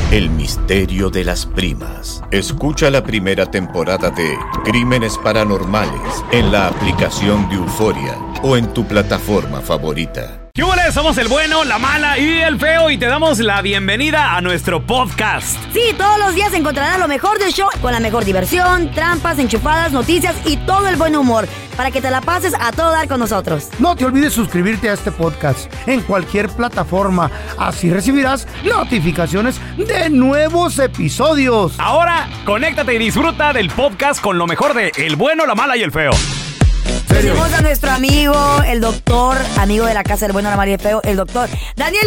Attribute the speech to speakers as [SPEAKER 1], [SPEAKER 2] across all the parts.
[SPEAKER 1] El misterio de las primas. Escucha la primera temporada de Crímenes Paranormales en la aplicación de Euforia o en tu plataforma favorita.
[SPEAKER 2] ¿Qué hubo, le? Somos el bueno, la mala y el feo y te damos la bienvenida a nuestro podcast.
[SPEAKER 3] Sí, todos los días encontrarás lo mejor del show con la mejor diversión, trampas, enchufadas, noticias y todo el buen humor para que te la pases a todo dar con nosotros.
[SPEAKER 4] No te olvides suscribirte a este podcast en cualquier plataforma. Así recibirás notificaciones de nuevos episodios.
[SPEAKER 2] Ahora, conéctate y disfruta del podcast con lo mejor de El bueno, la mala y el feo.
[SPEAKER 3] Tenemos a nuestro amigo, el doctor, amigo de la casa del bueno, la María Feo, el doctor Daniel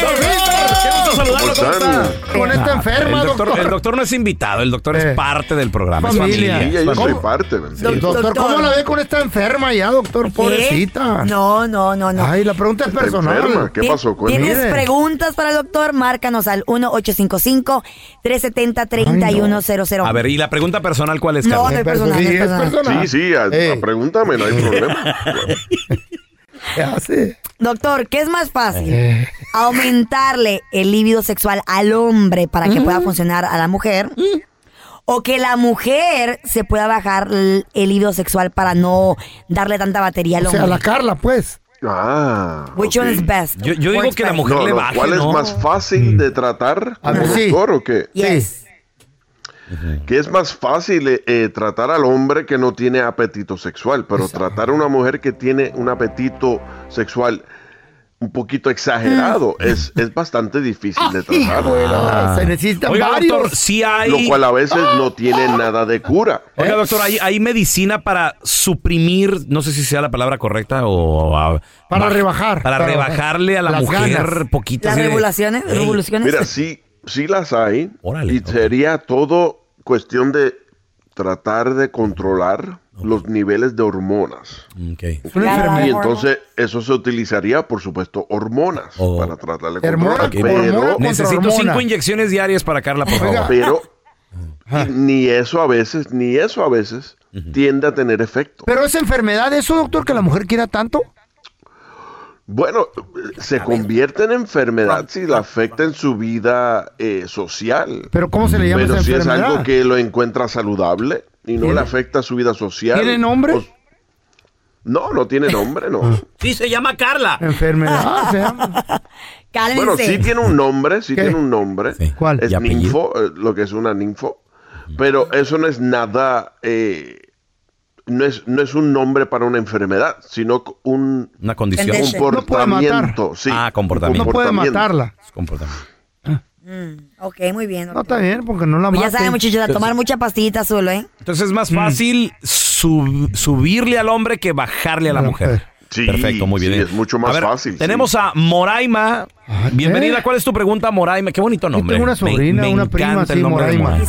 [SPEAKER 3] Linares.
[SPEAKER 2] saludarlo, ¿cómo está?
[SPEAKER 4] Con esta enferma,
[SPEAKER 2] el doctor,
[SPEAKER 4] doctor. Eh,
[SPEAKER 2] El doctor no es invitado, el doctor es parte del programa, es
[SPEAKER 4] Familia.
[SPEAKER 2] familia.
[SPEAKER 5] Sí, yo soy
[SPEAKER 4] ¿Cómo?
[SPEAKER 5] parte. man.
[SPEAKER 4] Sí, Doctor, ¿cómo la ve con esta enferma ya, doctor? Pobrecita.
[SPEAKER 3] No, no, no, no.
[SPEAKER 4] Ay, la pregunta es
[SPEAKER 5] Está enferma,
[SPEAKER 4] personal.
[SPEAKER 5] ¿Qué pasó con
[SPEAKER 3] ¿Tienes
[SPEAKER 4] Mire.
[SPEAKER 3] preguntas para el doctor? Márcanos al 1-855-370-3100.
[SPEAKER 2] A ver, y la pregunta personal, ¿cuál es,
[SPEAKER 3] No,
[SPEAKER 2] Carlos?
[SPEAKER 3] no es personal,
[SPEAKER 4] Sí,
[SPEAKER 3] no es
[SPEAKER 4] es Pues,
[SPEAKER 3] personal.
[SPEAKER 4] personal. Eh.
[SPEAKER 5] Sí, sí, a-
[SPEAKER 4] Ey,
[SPEAKER 5] a- pregúntame, no hay problema.
[SPEAKER 4] ¿Qué hace?
[SPEAKER 3] Doctor, ¿qué es más
[SPEAKER 2] Eh,
[SPEAKER 3] fácil? ¿Aumentarle el líbido sexual al hombre para que pueda funcionar a la mujer?
[SPEAKER 4] Mm.
[SPEAKER 3] ¿O que la mujer se pueda bajar l- el líbido sexual para no darle tanta batería al
[SPEAKER 4] O sea, la
[SPEAKER 3] hombre?
[SPEAKER 4] Carla, pues.
[SPEAKER 5] Ah.
[SPEAKER 3] Which one
[SPEAKER 5] ok.
[SPEAKER 3] is best?
[SPEAKER 2] Yo, yo digo
[SPEAKER 3] What's
[SPEAKER 2] que la
[SPEAKER 3] best?
[SPEAKER 2] mujer
[SPEAKER 5] No,
[SPEAKER 2] le
[SPEAKER 5] no,
[SPEAKER 2] baje,
[SPEAKER 5] ¿Cuál
[SPEAKER 2] ¿no?
[SPEAKER 5] es más fácil de tratar
[SPEAKER 4] Mm. A
[SPEAKER 5] como
[SPEAKER 4] ver, sí.
[SPEAKER 5] doctor o qué?
[SPEAKER 3] Yes.
[SPEAKER 5] Que es más fácil eh, eh, tratar al hombre que no tiene apetito sexual, pero tratar a una mujer que tiene un apetito sexual un poquito exagerado es, es bastante difícil de tratar.
[SPEAKER 4] Mm. Ah, Hijo de la- Se necesitan
[SPEAKER 2] Oiga,
[SPEAKER 4] varios.
[SPEAKER 2] doctor, si
[SPEAKER 5] Lo
[SPEAKER 2] hay...
[SPEAKER 5] cual a veces no tiene nada de cura.
[SPEAKER 4] ¿Eh?
[SPEAKER 2] Oiga, doctor, ¿hay, hay medicina para suprimir, no sé si sea la palabra correcta o... a-
[SPEAKER 4] Para
[SPEAKER 2] baj-
[SPEAKER 4] rebajar.
[SPEAKER 2] Para,
[SPEAKER 4] Para
[SPEAKER 2] rebajarle a la
[SPEAKER 4] las
[SPEAKER 2] mujer
[SPEAKER 4] ganas.
[SPEAKER 2] poquito.
[SPEAKER 3] ¿Las
[SPEAKER 2] así de-
[SPEAKER 3] revoluciones?
[SPEAKER 2] Ey,
[SPEAKER 3] ¿Revoluciones?
[SPEAKER 5] Mira, sí, sí las hay.
[SPEAKER 2] Órale,
[SPEAKER 5] y
[SPEAKER 2] ok.
[SPEAKER 5] sería todo cuestión de tratar de controlar los niveles de hormonas.
[SPEAKER 2] ok.
[SPEAKER 4] Es una
[SPEAKER 3] Claro.
[SPEAKER 4] enfermedad.
[SPEAKER 5] Y
[SPEAKER 3] hormonas.
[SPEAKER 5] entonces eso se utilizaría, por supuesto, hormonas
[SPEAKER 2] Oh.
[SPEAKER 5] para tratar de
[SPEAKER 4] Hormona-
[SPEAKER 5] controlar.
[SPEAKER 4] hormona
[SPEAKER 5] Pero,
[SPEAKER 4] contra
[SPEAKER 2] Necesito
[SPEAKER 4] hormona.
[SPEAKER 2] cinco inyecciones Ah. diarias para Carla, por favor.
[SPEAKER 5] pero ni eso a veces, ni eso a veces tiende a tener efecto.
[SPEAKER 4] Pero es enfermedad eso, doctor, que la mujer quiera tanto.
[SPEAKER 5] Bueno, se convierte en enfermedad si la afecta en su vida eh, social.
[SPEAKER 4] Pero ¿cómo se le llama
[SPEAKER 5] Pero
[SPEAKER 4] esa
[SPEAKER 5] si es
[SPEAKER 4] enfermedad?
[SPEAKER 5] algo que lo encuentra saludable y no le afecta su vida social.
[SPEAKER 4] ¿Tiene nombre? Eh. Ah.
[SPEAKER 5] pues, no, no tiene nombre, no.
[SPEAKER 2] Sí, se llama Carla.
[SPEAKER 4] Enfermedad, se llama.
[SPEAKER 3] Cálmense.
[SPEAKER 5] bueno, sí tiene un nombre, sí
[SPEAKER 4] ¿Qué?
[SPEAKER 5] tiene un nombre.
[SPEAKER 2] Sí.
[SPEAKER 4] ¿Cuál?
[SPEAKER 5] Es
[SPEAKER 2] ¿Y apellido?
[SPEAKER 5] ninfo, eh, lo que es una ninfo. Pero eso no es nada, eh, no, es, no es un nombre para una enfermedad, sino c- un
[SPEAKER 2] Una condición.
[SPEAKER 3] Condition.
[SPEAKER 4] No puede matar.
[SPEAKER 5] comportamiento. sí,
[SPEAKER 2] Ah,
[SPEAKER 5] un
[SPEAKER 2] comportamiento.
[SPEAKER 4] No puede
[SPEAKER 5] comportamiento.
[SPEAKER 4] matarla.
[SPEAKER 2] Comportamiento.
[SPEAKER 3] Ok, muy bien.
[SPEAKER 4] No
[SPEAKER 3] doctor.
[SPEAKER 4] está bien, porque no la
[SPEAKER 3] Pues
[SPEAKER 4] mata.
[SPEAKER 3] ya saben, muchachos, a tomar mucha pastillita azul, ¿eh?
[SPEAKER 4] Mm. eh.
[SPEAKER 2] Entonces es más fácil sub- subirle al hombre que bajarle a la mujer.
[SPEAKER 5] Sí,
[SPEAKER 2] Perfecto, muy bien.
[SPEAKER 5] sí, es mucho
[SPEAKER 2] A
[SPEAKER 5] más
[SPEAKER 2] ver,
[SPEAKER 5] fácil,
[SPEAKER 2] Tenemos
[SPEAKER 5] sí.
[SPEAKER 2] a Moraima. Bienvenida. ¿Cuál es tu pregunta, Moraima? Qué bonito nombre.
[SPEAKER 4] Ah, ¿eh? tengo una
[SPEAKER 2] Me-
[SPEAKER 4] sobrina,
[SPEAKER 2] me
[SPEAKER 4] una prima,
[SPEAKER 2] encanta el
[SPEAKER 4] sí,
[SPEAKER 2] nombre de
[SPEAKER 4] Moraima.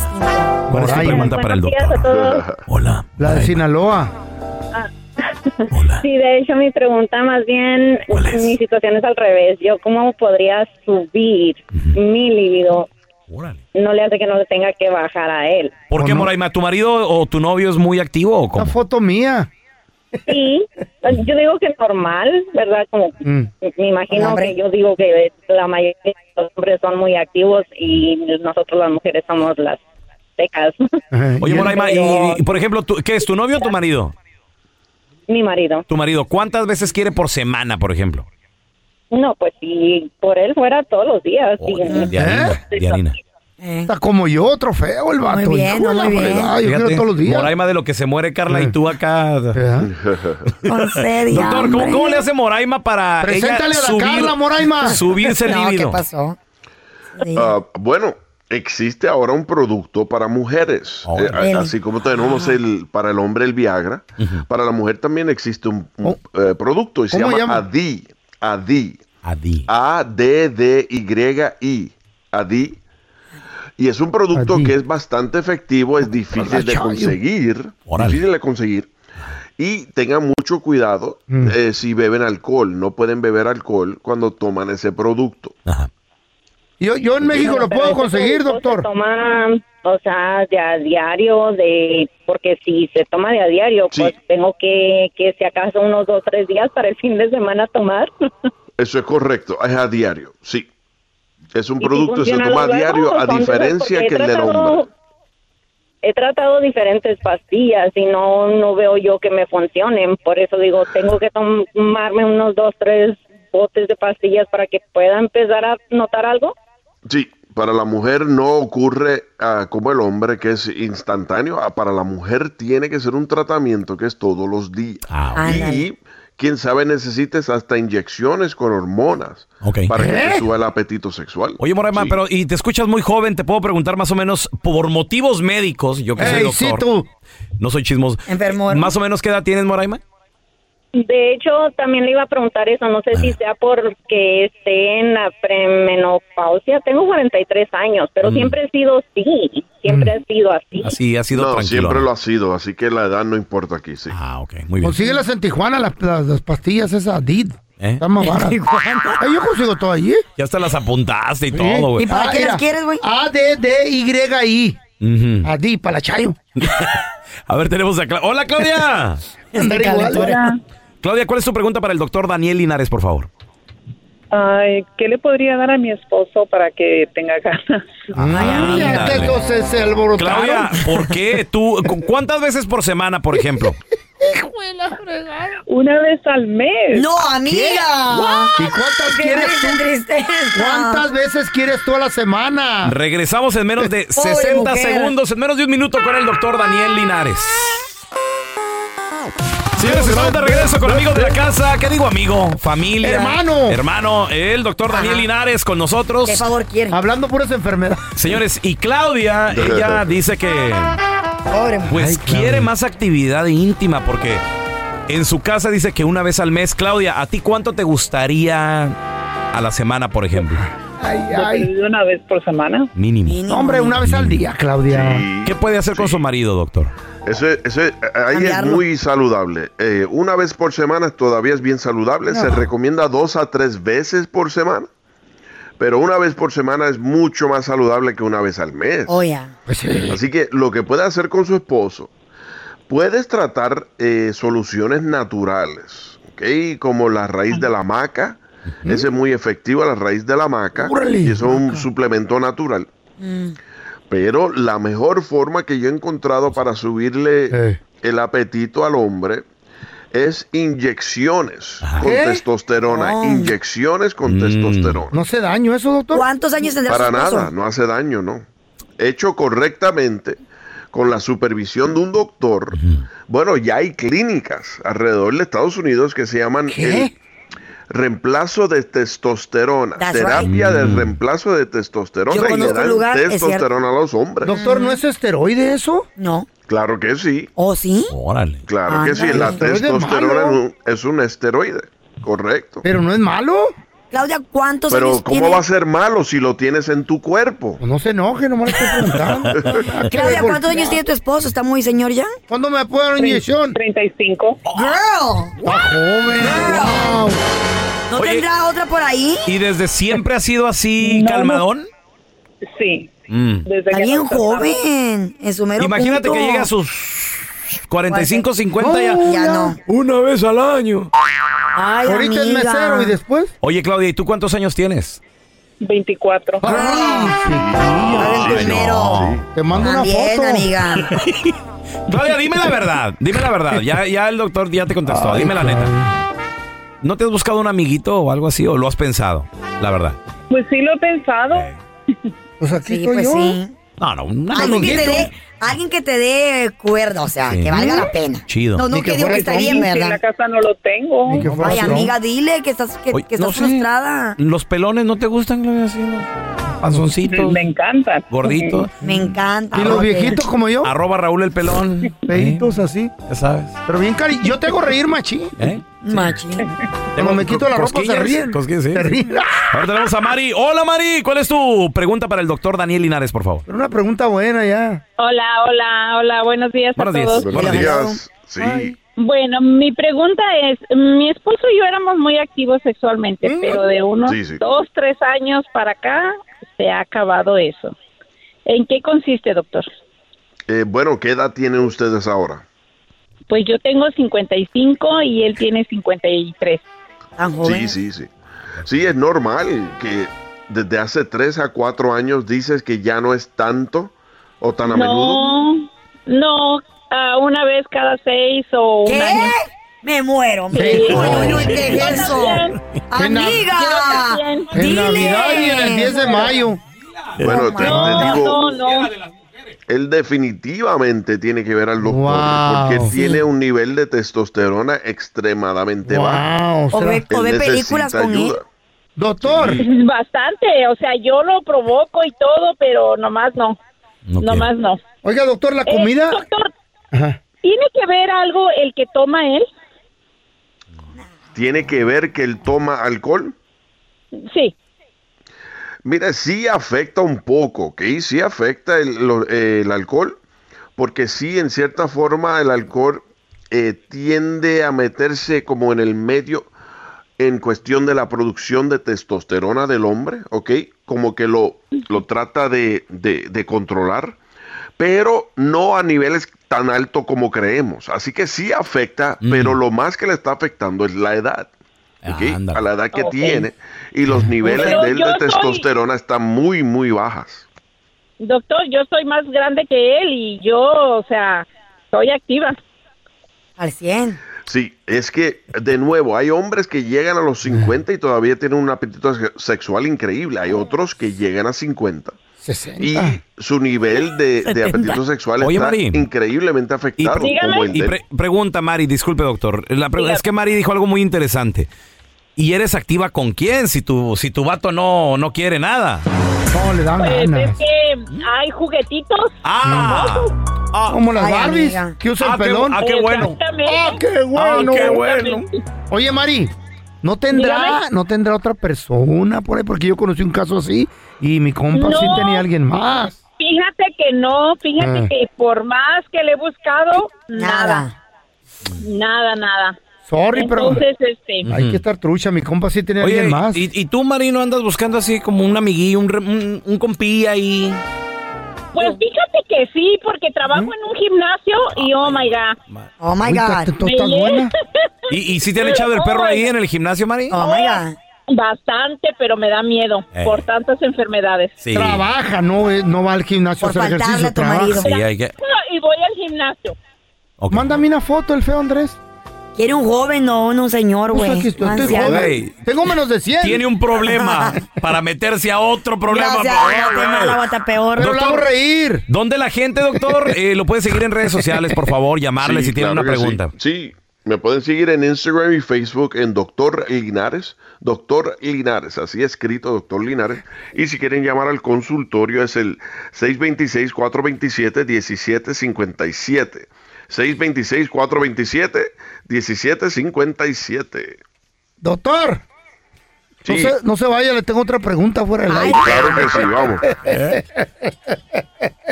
[SPEAKER 2] ¿Cuál es tu
[SPEAKER 4] Moraima.
[SPEAKER 2] pregunta para el
[SPEAKER 6] Buenos días
[SPEAKER 2] doctor?
[SPEAKER 6] a todos.
[SPEAKER 2] Hola.
[SPEAKER 4] La de
[SPEAKER 2] Moraima.
[SPEAKER 4] Sinaloa.
[SPEAKER 2] Ah.
[SPEAKER 6] Sí, de hecho mi pregunta más bien,
[SPEAKER 2] ¿Cuál es?
[SPEAKER 6] mi situación es al revés. Yo cómo podría subir mi libido,
[SPEAKER 2] Órale.
[SPEAKER 6] no le hace que no le tenga que bajar a él.
[SPEAKER 2] ¿Por qué,
[SPEAKER 4] ¿O no?
[SPEAKER 2] Moraima? ¿Tu marido o tu novio es muy activo o
[SPEAKER 4] Una
[SPEAKER 2] cómo?
[SPEAKER 4] foto mía.
[SPEAKER 6] Sí, yo digo que normal, ¿verdad? Como
[SPEAKER 4] Mm.
[SPEAKER 6] me imagino
[SPEAKER 3] Hombre.
[SPEAKER 6] que yo digo que la mayoría de los hombres son muy activos y nosotros las mujeres somos las secas.
[SPEAKER 4] Ajá, y
[SPEAKER 2] Oye,
[SPEAKER 4] él-
[SPEAKER 2] Moraima, y, y, por ejemplo, tú- ¿qué es tu novio o tu marido?
[SPEAKER 6] mi marido.
[SPEAKER 2] Tu marido, ¿cuántas veces quiere por semana, por ejemplo?
[SPEAKER 6] No, pues si por él fuera todos los días. sí.
[SPEAKER 2] Oye,
[SPEAKER 4] ¿Eh?
[SPEAKER 2] de harina, de harina.
[SPEAKER 3] Eh.
[SPEAKER 4] Está como yo, trofeo el vato.
[SPEAKER 3] Muy bien,
[SPEAKER 4] hijo de la
[SPEAKER 3] muy bien.
[SPEAKER 4] fregada, yo quiero
[SPEAKER 2] Fíjate,
[SPEAKER 4] todos los días. Ah. ¿Eh?
[SPEAKER 2] Moraima de lo que se muere, Carla, y tú acá.
[SPEAKER 4] ¿Verdad?
[SPEAKER 3] Con sed y
[SPEAKER 2] Doctor, ¿cómo,
[SPEAKER 3] hambre.
[SPEAKER 2] cómo le hace Moraima para ella
[SPEAKER 4] Preséntale a la Carla, Moraima.
[SPEAKER 2] subirse el
[SPEAKER 3] No, ¿qué
[SPEAKER 2] libido?
[SPEAKER 3] pasó? Sí.
[SPEAKER 5] Ah, bueno, existe ahora un producto para mujeres.
[SPEAKER 2] Oh.
[SPEAKER 5] Eh, a-
[SPEAKER 3] Really?
[SPEAKER 5] así como tenemos el para el hombre el Viagra, para la mujer también existe un, un, eh, producto y se
[SPEAKER 4] Oh. ¿Cómo
[SPEAKER 5] llama,
[SPEAKER 4] llama?
[SPEAKER 5] ADI. ADI.
[SPEAKER 2] Adi.
[SPEAKER 5] A-D-D-Y-I. ADI. Y es un producto
[SPEAKER 4] ADI.
[SPEAKER 5] que es bastante efectivo, es difícil de
[SPEAKER 4] Chayo.
[SPEAKER 5] conseguir.
[SPEAKER 2] Órale.
[SPEAKER 5] Difícil de conseguir. Y tengan mucho cuidado
[SPEAKER 2] Mm.
[SPEAKER 5] eh, si beben alcohol. No pueden beber alcohol cuando toman ese producto.
[SPEAKER 2] Ajá.
[SPEAKER 4] Yo, yo en México
[SPEAKER 6] No,
[SPEAKER 4] lo
[SPEAKER 6] pero
[SPEAKER 4] puedo
[SPEAKER 6] ese
[SPEAKER 4] conseguir,
[SPEAKER 6] producto
[SPEAKER 4] doctor.
[SPEAKER 6] Se toma, o sea, de a diario, de porque si se toma de a diario,
[SPEAKER 5] Sí.
[SPEAKER 6] pues tengo que, que si acaso unos dos, tres días para el fin de semana tomar.
[SPEAKER 5] Eso es correcto, es a diario, sí. Es un
[SPEAKER 6] Y si
[SPEAKER 5] producto que se
[SPEAKER 6] funciona
[SPEAKER 5] toma a
[SPEAKER 6] luego,
[SPEAKER 5] diario,
[SPEAKER 6] pues, son
[SPEAKER 5] a
[SPEAKER 6] de esas,
[SPEAKER 5] diferencia
[SPEAKER 6] porque
[SPEAKER 5] que
[SPEAKER 6] he
[SPEAKER 5] el del
[SPEAKER 6] tratado-
[SPEAKER 5] hombre.
[SPEAKER 6] He tratado diferentes pastillas y no, no veo yo que me funcionen. Por eso digo, tengo que tomarme unos dos, tres botes de pastillas para que pueda empezar a notar algo.
[SPEAKER 5] Sí, para la mujer no ocurre ah, como el hombre, que es instantáneo. Ah, para la mujer tiene que ser un tratamiento que es todos los días.
[SPEAKER 2] Ah,
[SPEAKER 5] y quién sabe necesites hasta inyecciones con hormonas
[SPEAKER 2] Ok.
[SPEAKER 5] para que te suba el apetito sexual.
[SPEAKER 2] Oye, Moraima,
[SPEAKER 5] Sí.
[SPEAKER 2] pero y te escuchas muy joven, te puedo preguntar más o menos por motivos médicos, yo que soy
[SPEAKER 4] Ey, sí,
[SPEAKER 2] doctor.
[SPEAKER 4] tú.
[SPEAKER 2] No soy chismoso.
[SPEAKER 3] Enfermo.
[SPEAKER 2] Más o menos qué edad tienes, Moraima?
[SPEAKER 6] De hecho, también le iba a preguntar eso. No sé si sea porque esté en la premenopausia. Tengo 43 años, pero siempre he sido así. Siempre ha sido así.
[SPEAKER 2] Así ha sido
[SPEAKER 5] No,
[SPEAKER 2] tranquilo.
[SPEAKER 5] siempre
[SPEAKER 2] ¿no?
[SPEAKER 5] lo ha sido, así que la edad no importa aquí, sí.
[SPEAKER 2] Ah, ok, muy bien.
[SPEAKER 4] Consíguelas en Tijuana, las, las- las pastillas esas DID.
[SPEAKER 2] ¿Eh?
[SPEAKER 4] Están más baratas. Ay, yo consigo todo ¿eh? allí.
[SPEAKER 2] Ya hasta las apuntaste y todo,
[SPEAKER 3] ¿Y
[SPEAKER 2] güey. Ah,
[SPEAKER 3] para qué las quieres, güey?
[SPEAKER 4] A-D-D-Y-I.
[SPEAKER 2] Ujú.
[SPEAKER 4] ADI, para la chayo.
[SPEAKER 2] A ver, tenemos a Cla- ¡Hola, Claudia!
[SPEAKER 4] Andar igual. ¿eh?
[SPEAKER 2] Claudia, ¿cuál es tu pregunta para el doctor Daniel Linares, por favor?
[SPEAKER 7] Ay, ¿qué le podría dar a mi esposo para que tenga ganas?
[SPEAKER 4] Ay,
[SPEAKER 5] Ah,
[SPEAKER 4] ya
[SPEAKER 2] Ah, ándale.
[SPEAKER 4] te cose- se alborotaron.
[SPEAKER 2] Claudia, ¿por qué tú? cu- ¿Cuántas veces por semana, por ejemplo?
[SPEAKER 7] Una vez al mes.
[SPEAKER 3] No, amiga.
[SPEAKER 4] ¿Y cuántas quieres tú? ¿Cuántas veces quieres tú a la semana?
[SPEAKER 2] Regresamos en menos de
[SPEAKER 3] Pobre
[SPEAKER 2] 60
[SPEAKER 3] mujer.
[SPEAKER 2] segundos, en menos de un minuto con el doctor Daniel Linares. Señores, estamos de regreso con amigos de la casa. ¿Qué digo, amigo? Familia.
[SPEAKER 4] Hermano.
[SPEAKER 2] Hermano, el doctor Daniel Linares con nosotros.
[SPEAKER 3] ¿Qué favor quieres?
[SPEAKER 4] Hablando puras enfermedades.
[SPEAKER 2] Señores, y Claudia, ella dice que
[SPEAKER 3] Pobre mujer.
[SPEAKER 2] pues quiere más actividad íntima porque en su casa dice que una vez al mes. Claudia, ¿a ti cuánto te gustaría a la semana, por ejemplo?
[SPEAKER 4] Ay,
[SPEAKER 7] Ay.
[SPEAKER 4] ay.
[SPEAKER 7] Una vez por semana.
[SPEAKER 2] Mínimo.
[SPEAKER 3] Mínimo,
[SPEAKER 4] Hombre, una vez al día, Claudia.
[SPEAKER 5] Sí.
[SPEAKER 2] ¿Qué puede hacer con su marido, doctor?
[SPEAKER 5] Eso, es- eso es- ahí es
[SPEAKER 3] Cambiarlo.
[SPEAKER 5] muy saludable. Eh, una vez por semana todavía es bien saludable. Se recomienda dos a tres veces por semana. Pero una vez por semana es mucho más saludable que una vez al mes.
[SPEAKER 3] Oye.
[SPEAKER 4] Pues sí.
[SPEAKER 5] Así que lo que puede hacer con su esposo, puedes tratar eh, soluciones naturales, ¿ok? Como la raíz de la maca. Ese es muy efectivo, la raíz de la maca.
[SPEAKER 4] Órale,
[SPEAKER 5] y eso es un suplemento natural.
[SPEAKER 4] Mm.
[SPEAKER 5] Pero la mejor forma que yo he encontrado para subirle
[SPEAKER 4] Eh.
[SPEAKER 5] el apetito al hombre es inyecciones con
[SPEAKER 4] ¿Qué?
[SPEAKER 5] testosterona.
[SPEAKER 3] Oh.
[SPEAKER 5] Inyecciones con
[SPEAKER 2] ¿Eh? Mm.
[SPEAKER 5] testosterona.
[SPEAKER 4] ¿No hace daño eso, doctor?
[SPEAKER 3] ¿Cuántos años tendrá
[SPEAKER 5] Para
[SPEAKER 3] su esposo?
[SPEAKER 5] nada, no hace daño, no. Hecho correctamente, con la supervisión de un doctor. Bueno, ya hay clínicas alrededor de Estados Unidos que se llaman el
[SPEAKER 4] ¿Qué?
[SPEAKER 5] reemplazo de testosterona.
[SPEAKER 3] That's
[SPEAKER 5] terapia
[SPEAKER 2] right.
[SPEAKER 5] de
[SPEAKER 2] Mm.
[SPEAKER 5] reemplazo de testosterona.
[SPEAKER 3] Yo
[SPEAKER 5] y le
[SPEAKER 3] conozco un
[SPEAKER 5] dan
[SPEAKER 3] lugar, es cierto.
[SPEAKER 5] testosterona a los hombres.
[SPEAKER 4] Doctor, ¿no es esteroide eso?
[SPEAKER 3] No.
[SPEAKER 5] Claro que sí.
[SPEAKER 3] ¿Oh, sí?
[SPEAKER 2] Órale.
[SPEAKER 5] Claro que sí.
[SPEAKER 3] Ándale.
[SPEAKER 5] La
[SPEAKER 3] Pero es de
[SPEAKER 5] testosterona es
[SPEAKER 3] malo.
[SPEAKER 5] un, es un esteroide. Correcto.
[SPEAKER 4] Pero no es malo.
[SPEAKER 3] Claudia, ¿cuántos
[SPEAKER 5] Pero
[SPEAKER 3] años
[SPEAKER 5] ¿cómo
[SPEAKER 3] tiene-
[SPEAKER 5] va a ser malo si lo tienes en tu cuerpo?
[SPEAKER 4] Pues No se enoje, nomás le estoy preguntando.
[SPEAKER 3] Claudia, ¿cuántos años tiene tu esposo? ¿Está muy señor ya?
[SPEAKER 4] ¿Cuándo me puedo dar una inyección?
[SPEAKER 7] 35.
[SPEAKER 3] Girl,
[SPEAKER 4] joven!
[SPEAKER 3] ¿no
[SPEAKER 2] Oye.
[SPEAKER 3] tendrá otra por ahí?
[SPEAKER 2] ¿Y desde siempre ha sido así
[SPEAKER 7] No, no.
[SPEAKER 2] calmadón?
[SPEAKER 7] Sí.
[SPEAKER 2] Mm.
[SPEAKER 7] Desde
[SPEAKER 3] Está
[SPEAKER 7] que
[SPEAKER 3] bien
[SPEAKER 7] nos casamos.
[SPEAKER 3] joven, en su mero
[SPEAKER 2] Imagínate
[SPEAKER 3] punto.
[SPEAKER 2] que llegue a sus 45, 50 ya.
[SPEAKER 3] No, ya no.
[SPEAKER 2] Una vez al año.
[SPEAKER 3] Ay,
[SPEAKER 4] Ahorita es
[SPEAKER 3] amiga.
[SPEAKER 4] mesero y después.
[SPEAKER 2] Oye, Claudia, ¿y tú cuántos años tienes?
[SPEAKER 7] 24.
[SPEAKER 3] Ah, el primero.
[SPEAKER 4] Te mando una
[SPEAKER 3] También,
[SPEAKER 4] foto.
[SPEAKER 3] amiga.
[SPEAKER 2] Claudia, dime la verdad. Dime la verdad. Ya, ya el doctor ya te contestó. dime la neta. ¿No te has buscado un amiguito o algo así? ¿O lo has pensado? La verdad.
[SPEAKER 7] Pues sí lo he pensado.
[SPEAKER 4] Pues aquí
[SPEAKER 3] Sí,
[SPEAKER 4] estoy
[SPEAKER 3] pues
[SPEAKER 4] yo.
[SPEAKER 3] sí.
[SPEAKER 2] No, no, un
[SPEAKER 3] Alguien que,
[SPEAKER 2] amiguito.
[SPEAKER 3] te dé, alguien que te dé cuerda, o sea,
[SPEAKER 2] Sí.
[SPEAKER 3] que valga
[SPEAKER 4] Mm,
[SPEAKER 3] la pena.
[SPEAKER 2] Chido.
[SPEAKER 3] No, no
[SPEAKER 4] Ni
[SPEAKER 3] que
[SPEAKER 4] que
[SPEAKER 3] digo
[SPEAKER 4] fuera
[SPEAKER 3] que está
[SPEAKER 4] el
[SPEAKER 3] bien,
[SPEAKER 7] Si en la
[SPEAKER 3] ¿verdad?
[SPEAKER 7] casa no lo tengo.
[SPEAKER 4] Ni que fuera
[SPEAKER 3] Ay,
[SPEAKER 4] Trump.
[SPEAKER 3] amiga, dile que estás, que,
[SPEAKER 2] Oye,
[SPEAKER 3] que estás
[SPEAKER 2] no sé.
[SPEAKER 3] frustrada.
[SPEAKER 2] ¿Los pelones no te gustan, Claudia? Así, ¿no? Panzoncitos,
[SPEAKER 7] Me encanta.
[SPEAKER 2] gorditos.
[SPEAKER 3] Me encanta.
[SPEAKER 4] Y los
[SPEAKER 3] Roque.
[SPEAKER 4] viejitos como yo,
[SPEAKER 2] Arroba Raúl el pelón.
[SPEAKER 4] feitos así.
[SPEAKER 2] Eh, Ya sabes.
[SPEAKER 4] Pero bien cari... Yo te hago reír, machi.
[SPEAKER 2] ¿Eh?
[SPEAKER 3] Machín.
[SPEAKER 4] Cuando me quito la ropa se
[SPEAKER 2] Cosquillas,
[SPEAKER 4] ríen.
[SPEAKER 2] cosquillas, sí.
[SPEAKER 4] Se ríen. ¡Ah!
[SPEAKER 2] Ahora tenemos a Mari. Hola, Mari. ¿Cuál es tu pregunta para el doctor Daniel Linares, por favor?
[SPEAKER 4] Pero una pregunta buena ya.
[SPEAKER 7] Hola, hola, hola. Buenos días
[SPEAKER 2] Buenos
[SPEAKER 7] a
[SPEAKER 2] días.
[SPEAKER 7] todos.
[SPEAKER 5] Buenos
[SPEAKER 3] Hola.
[SPEAKER 5] días. Sí.
[SPEAKER 7] Bueno, mi pregunta es, mi esposo y yo éramos muy activos sexualmente,
[SPEAKER 4] Mm.
[SPEAKER 7] pero de unos
[SPEAKER 5] Sí, sí.
[SPEAKER 7] dos, tres años para acá se ha acabado eso. ¿En qué consiste, doctor?
[SPEAKER 5] Eh, bueno, ¿qué edad tienen ustedes ahora?
[SPEAKER 7] Pues yo tengo 55 y él tiene 53.
[SPEAKER 3] Tan joven.
[SPEAKER 5] Sí, sí, sí. Sí, es normal que desde hace tres a cuatro años dices que ya no es tanto o tan a menudo.
[SPEAKER 7] No, no, ah, una vez cada seis o un
[SPEAKER 3] ¿Qué?
[SPEAKER 7] año.
[SPEAKER 3] Me muero. Me
[SPEAKER 4] Sí.
[SPEAKER 3] muero. Uy, uy, ¿Qué es eso?
[SPEAKER 7] Yo
[SPEAKER 3] Amiga.
[SPEAKER 7] también.
[SPEAKER 4] En
[SPEAKER 3] Dile.
[SPEAKER 4] Navidad y en el 10 de mayo.
[SPEAKER 5] Bueno,
[SPEAKER 3] Oh,
[SPEAKER 5] te,
[SPEAKER 3] my
[SPEAKER 5] te
[SPEAKER 3] God.
[SPEAKER 5] digo,
[SPEAKER 7] No, no.
[SPEAKER 5] él definitivamente tiene que ver al doctor
[SPEAKER 4] Wow.
[SPEAKER 5] porque
[SPEAKER 4] Sí.
[SPEAKER 5] tiene un nivel de testosterona extremadamente bajo.
[SPEAKER 4] Wow.
[SPEAKER 3] O
[SPEAKER 4] será-
[SPEAKER 3] ve, o
[SPEAKER 5] Él
[SPEAKER 3] ve películas
[SPEAKER 5] necesita
[SPEAKER 3] con él.
[SPEAKER 5] ayuda.
[SPEAKER 4] Doctor,
[SPEAKER 7] Bastante, o sea, yo lo provoco y todo, pero nomás no,
[SPEAKER 2] No
[SPEAKER 7] nomás no.
[SPEAKER 4] oiga, doctor, la
[SPEAKER 7] Eh,
[SPEAKER 4] comida.
[SPEAKER 7] doctor,
[SPEAKER 4] Ajá.
[SPEAKER 7] ¿tiene que ver algo el que toma él?
[SPEAKER 5] ¿Tiene que ver que él toma alcohol?
[SPEAKER 7] Sí.
[SPEAKER 5] Mira, sí afecta un poco, ¿ok? Sí afecta el, lo- eh, el alcohol, porque sí, en cierta forma, el alcohol eh, tiende a meterse como en el medio en cuestión de la producción de testosterona del hombre, ¿ok? Como que lo, lo trata de, de- de controlar, pero no a niveles tan altos como creemos. Así que sí afecta,
[SPEAKER 2] Mm.
[SPEAKER 5] pero lo más que le está afectando es la edad. ¿ok?
[SPEAKER 2] Ándale.
[SPEAKER 5] A la edad que
[SPEAKER 7] Ok.
[SPEAKER 5] tiene y los niveles
[SPEAKER 7] Pero
[SPEAKER 5] de él
[SPEAKER 7] yo
[SPEAKER 5] de
[SPEAKER 7] soy-
[SPEAKER 5] testosterona están muy, muy bajas.
[SPEAKER 7] Doctor, yo soy más grande que él y yo, o sea, soy activa.
[SPEAKER 3] Al 100.
[SPEAKER 5] Sí, es que, de nuevo, hay hombres que llegan a los 50 y todavía tienen un apetito se- sexual increíble. Hay otros que llegan a 50 y
[SPEAKER 4] 60.
[SPEAKER 5] su nivel de, de
[SPEAKER 3] 70.
[SPEAKER 5] apetito sexual
[SPEAKER 2] Oye,
[SPEAKER 5] está
[SPEAKER 2] Mari.
[SPEAKER 5] increíblemente afectado.
[SPEAKER 2] pre-
[SPEAKER 5] como el
[SPEAKER 2] Y
[SPEAKER 5] de-
[SPEAKER 2] pre- pregunta, Mari, disculpe, doctor. La pre-
[SPEAKER 7] Dígame.
[SPEAKER 2] es que Mari dijo algo muy interesante. ¿Y eres activa con quién? Si tu, si tu vato no, no quiere nada.
[SPEAKER 4] No, le dan
[SPEAKER 7] Pues es
[SPEAKER 4] ganas.
[SPEAKER 7] que hay juguetitos.
[SPEAKER 2] ¡Ah! ¡Ah!
[SPEAKER 4] Como las
[SPEAKER 3] Ay,
[SPEAKER 4] Barbies
[SPEAKER 3] amiga.
[SPEAKER 4] que usan
[SPEAKER 2] Ah, qué-
[SPEAKER 4] pelón.
[SPEAKER 2] ah, qué bueno!
[SPEAKER 7] Exactamente.
[SPEAKER 4] ¡Ah, qué bueno!
[SPEAKER 2] qué bueno.
[SPEAKER 4] Oye, Mari, ¿no tendrá,
[SPEAKER 7] Dígame.
[SPEAKER 4] ¿no tendrá otra persona por ahí? Porque yo conocí un caso así y mi compa sí
[SPEAKER 7] No.
[SPEAKER 4] tenía alguien más.
[SPEAKER 7] Fíjate que no, fíjate
[SPEAKER 4] Ah.
[SPEAKER 7] que por más que le he buscado, nada,
[SPEAKER 3] Nada.
[SPEAKER 7] nada, nada.
[SPEAKER 4] Sorry,
[SPEAKER 7] Entonces, este,
[SPEAKER 4] pero hay que estar trucha. Mi compa sí tenía
[SPEAKER 2] Oye,
[SPEAKER 4] alguien más.
[SPEAKER 2] ¿y, y tú, Mari, no andas buscando así como un amiguillo, un, re- un, un compilla ahí?
[SPEAKER 7] pues fíjate que sí, porque trabajo en un gimnasio y oh my god.
[SPEAKER 3] Oh my
[SPEAKER 4] ¿Mm? Uy,
[SPEAKER 3] God.
[SPEAKER 4] ¿tú- tú estás buena?
[SPEAKER 2] ¿Y, y si te han echado el perro ahí en el gimnasio, Mari?
[SPEAKER 3] Oh my
[SPEAKER 7] Pues,
[SPEAKER 3] God.
[SPEAKER 7] Bastante, pero me da miedo
[SPEAKER 2] Eh.
[SPEAKER 7] por tantas enfermedades.
[SPEAKER 2] Sí.
[SPEAKER 4] Trabaja, no, eh, no va al gimnasio a
[SPEAKER 3] Por
[SPEAKER 4] hacer
[SPEAKER 3] faltarle
[SPEAKER 4] ejercicio.
[SPEAKER 3] a tu
[SPEAKER 4] trabaja.
[SPEAKER 3] marido.
[SPEAKER 2] Sí, hay que...
[SPEAKER 7] Y voy al gimnasio.
[SPEAKER 2] ok.
[SPEAKER 4] Mándame una foto, el feo Andrés.
[SPEAKER 3] Quiere un joven, no no un señor,
[SPEAKER 4] Pues
[SPEAKER 3] güey.
[SPEAKER 4] aquí estoy,
[SPEAKER 3] Un
[SPEAKER 4] estoy
[SPEAKER 3] anciano.
[SPEAKER 4] joven.
[SPEAKER 2] Güey.
[SPEAKER 4] Tengo menos de 100.
[SPEAKER 2] Tiene un problema para meterse a otro problema.
[SPEAKER 3] Gracias,
[SPEAKER 2] Ay,
[SPEAKER 3] no,
[SPEAKER 2] ay,
[SPEAKER 3] te
[SPEAKER 2] ay.
[SPEAKER 3] mal, aguanta peor.
[SPEAKER 4] Pero la hago
[SPEAKER 2] Doctor.
[SPEAKER 4] reír.
[SPEAKER 2] ¿Dónde la gente, doctor, eh, lo puede seguir en redes sociales, por favor? Llamarle
[SPEAKER 5] Sí,
[SPEAKER 2] si tiene
[SPEAKER 5] claro
[SPEAKER 2] una
[SPEAKER 5] que sí.
[SPEAKER 2] pregunta.
[SPEAKER 5] Sí. Me pueden seguir en Instagram y Facebook en Doctor Linares, Doctor Linares, así escrito Doctor Linares. Y si quieren llamar al consultorio es el 626-427-1757. 626-427-1757.
[SPEAKER 4] Doctor. No,
[SPEAKER 5] Sí.
[SPEAKER 4] se, no se vaya, le tengo otra pregunta fuera del aire.
[SPEAKER 5] Claro que sí, vamos.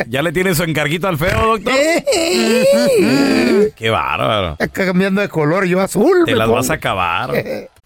[SPEAKER 2] ¿Ya le tiene su encarguito al feo, doctor? Qué bárbaro.
[SPEAKER 4] Eh, Está cambiando de color, yo azul.
[SPEAKER 2] Te
[SPEAKER 4] me
[SPEAKER 2] las
[SPEAKER 4] pongo.
[SPEAKER 2] vas a acabar.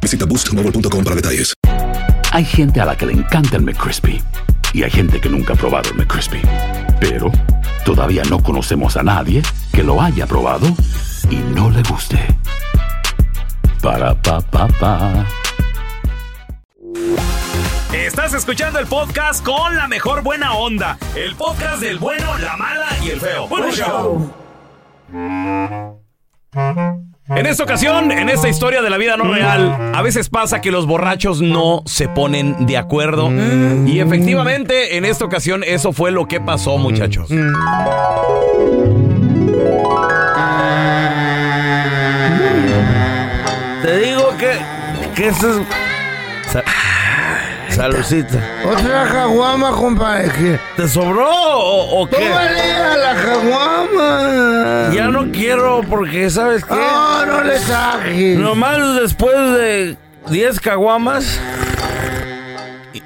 [SPEAKER 8] Visita boostmobile.com para detalles.
[SPEAKER 9] Hay gente a la que le encanta el McCrispy y hay gente que nunca ha probado el McCrispy. Pero todavía no conocemos a nadie que lo haya probado y no le guste. Para pa pa pa.
[SPEAKER 2] Estás escuchando el podcast con la mejor buena onda. El podcast del bueno, la mala y el feo. Bueno, show. En esta ocasión, en esta historia de la vida no real, a veces pasa que los borrachos no se ponen de acuerdo.
[SPEAKER 4] Mm.
[SPEAKER 2] Y efectivamente, en esta ocasión, eso fue lo que pasó, muchachos.
[SPEAKER 4] Mm.
[SPEAKER 10] Te digo que. que eso es. Salucita.
[SPEAKER 4] Otra caguama, compadre.
[SPEAKER 10] ¿Te sobró o, o qué?
[SPEAKER 4] ¡Tómale a la caguama!
[SPEAKER 10] Ya no quiero porque, ¿sabes qué?
[SPEAKER 4] No, no le saques.
[SPEAKER 10] Nomás después de 10 caguamas. Y,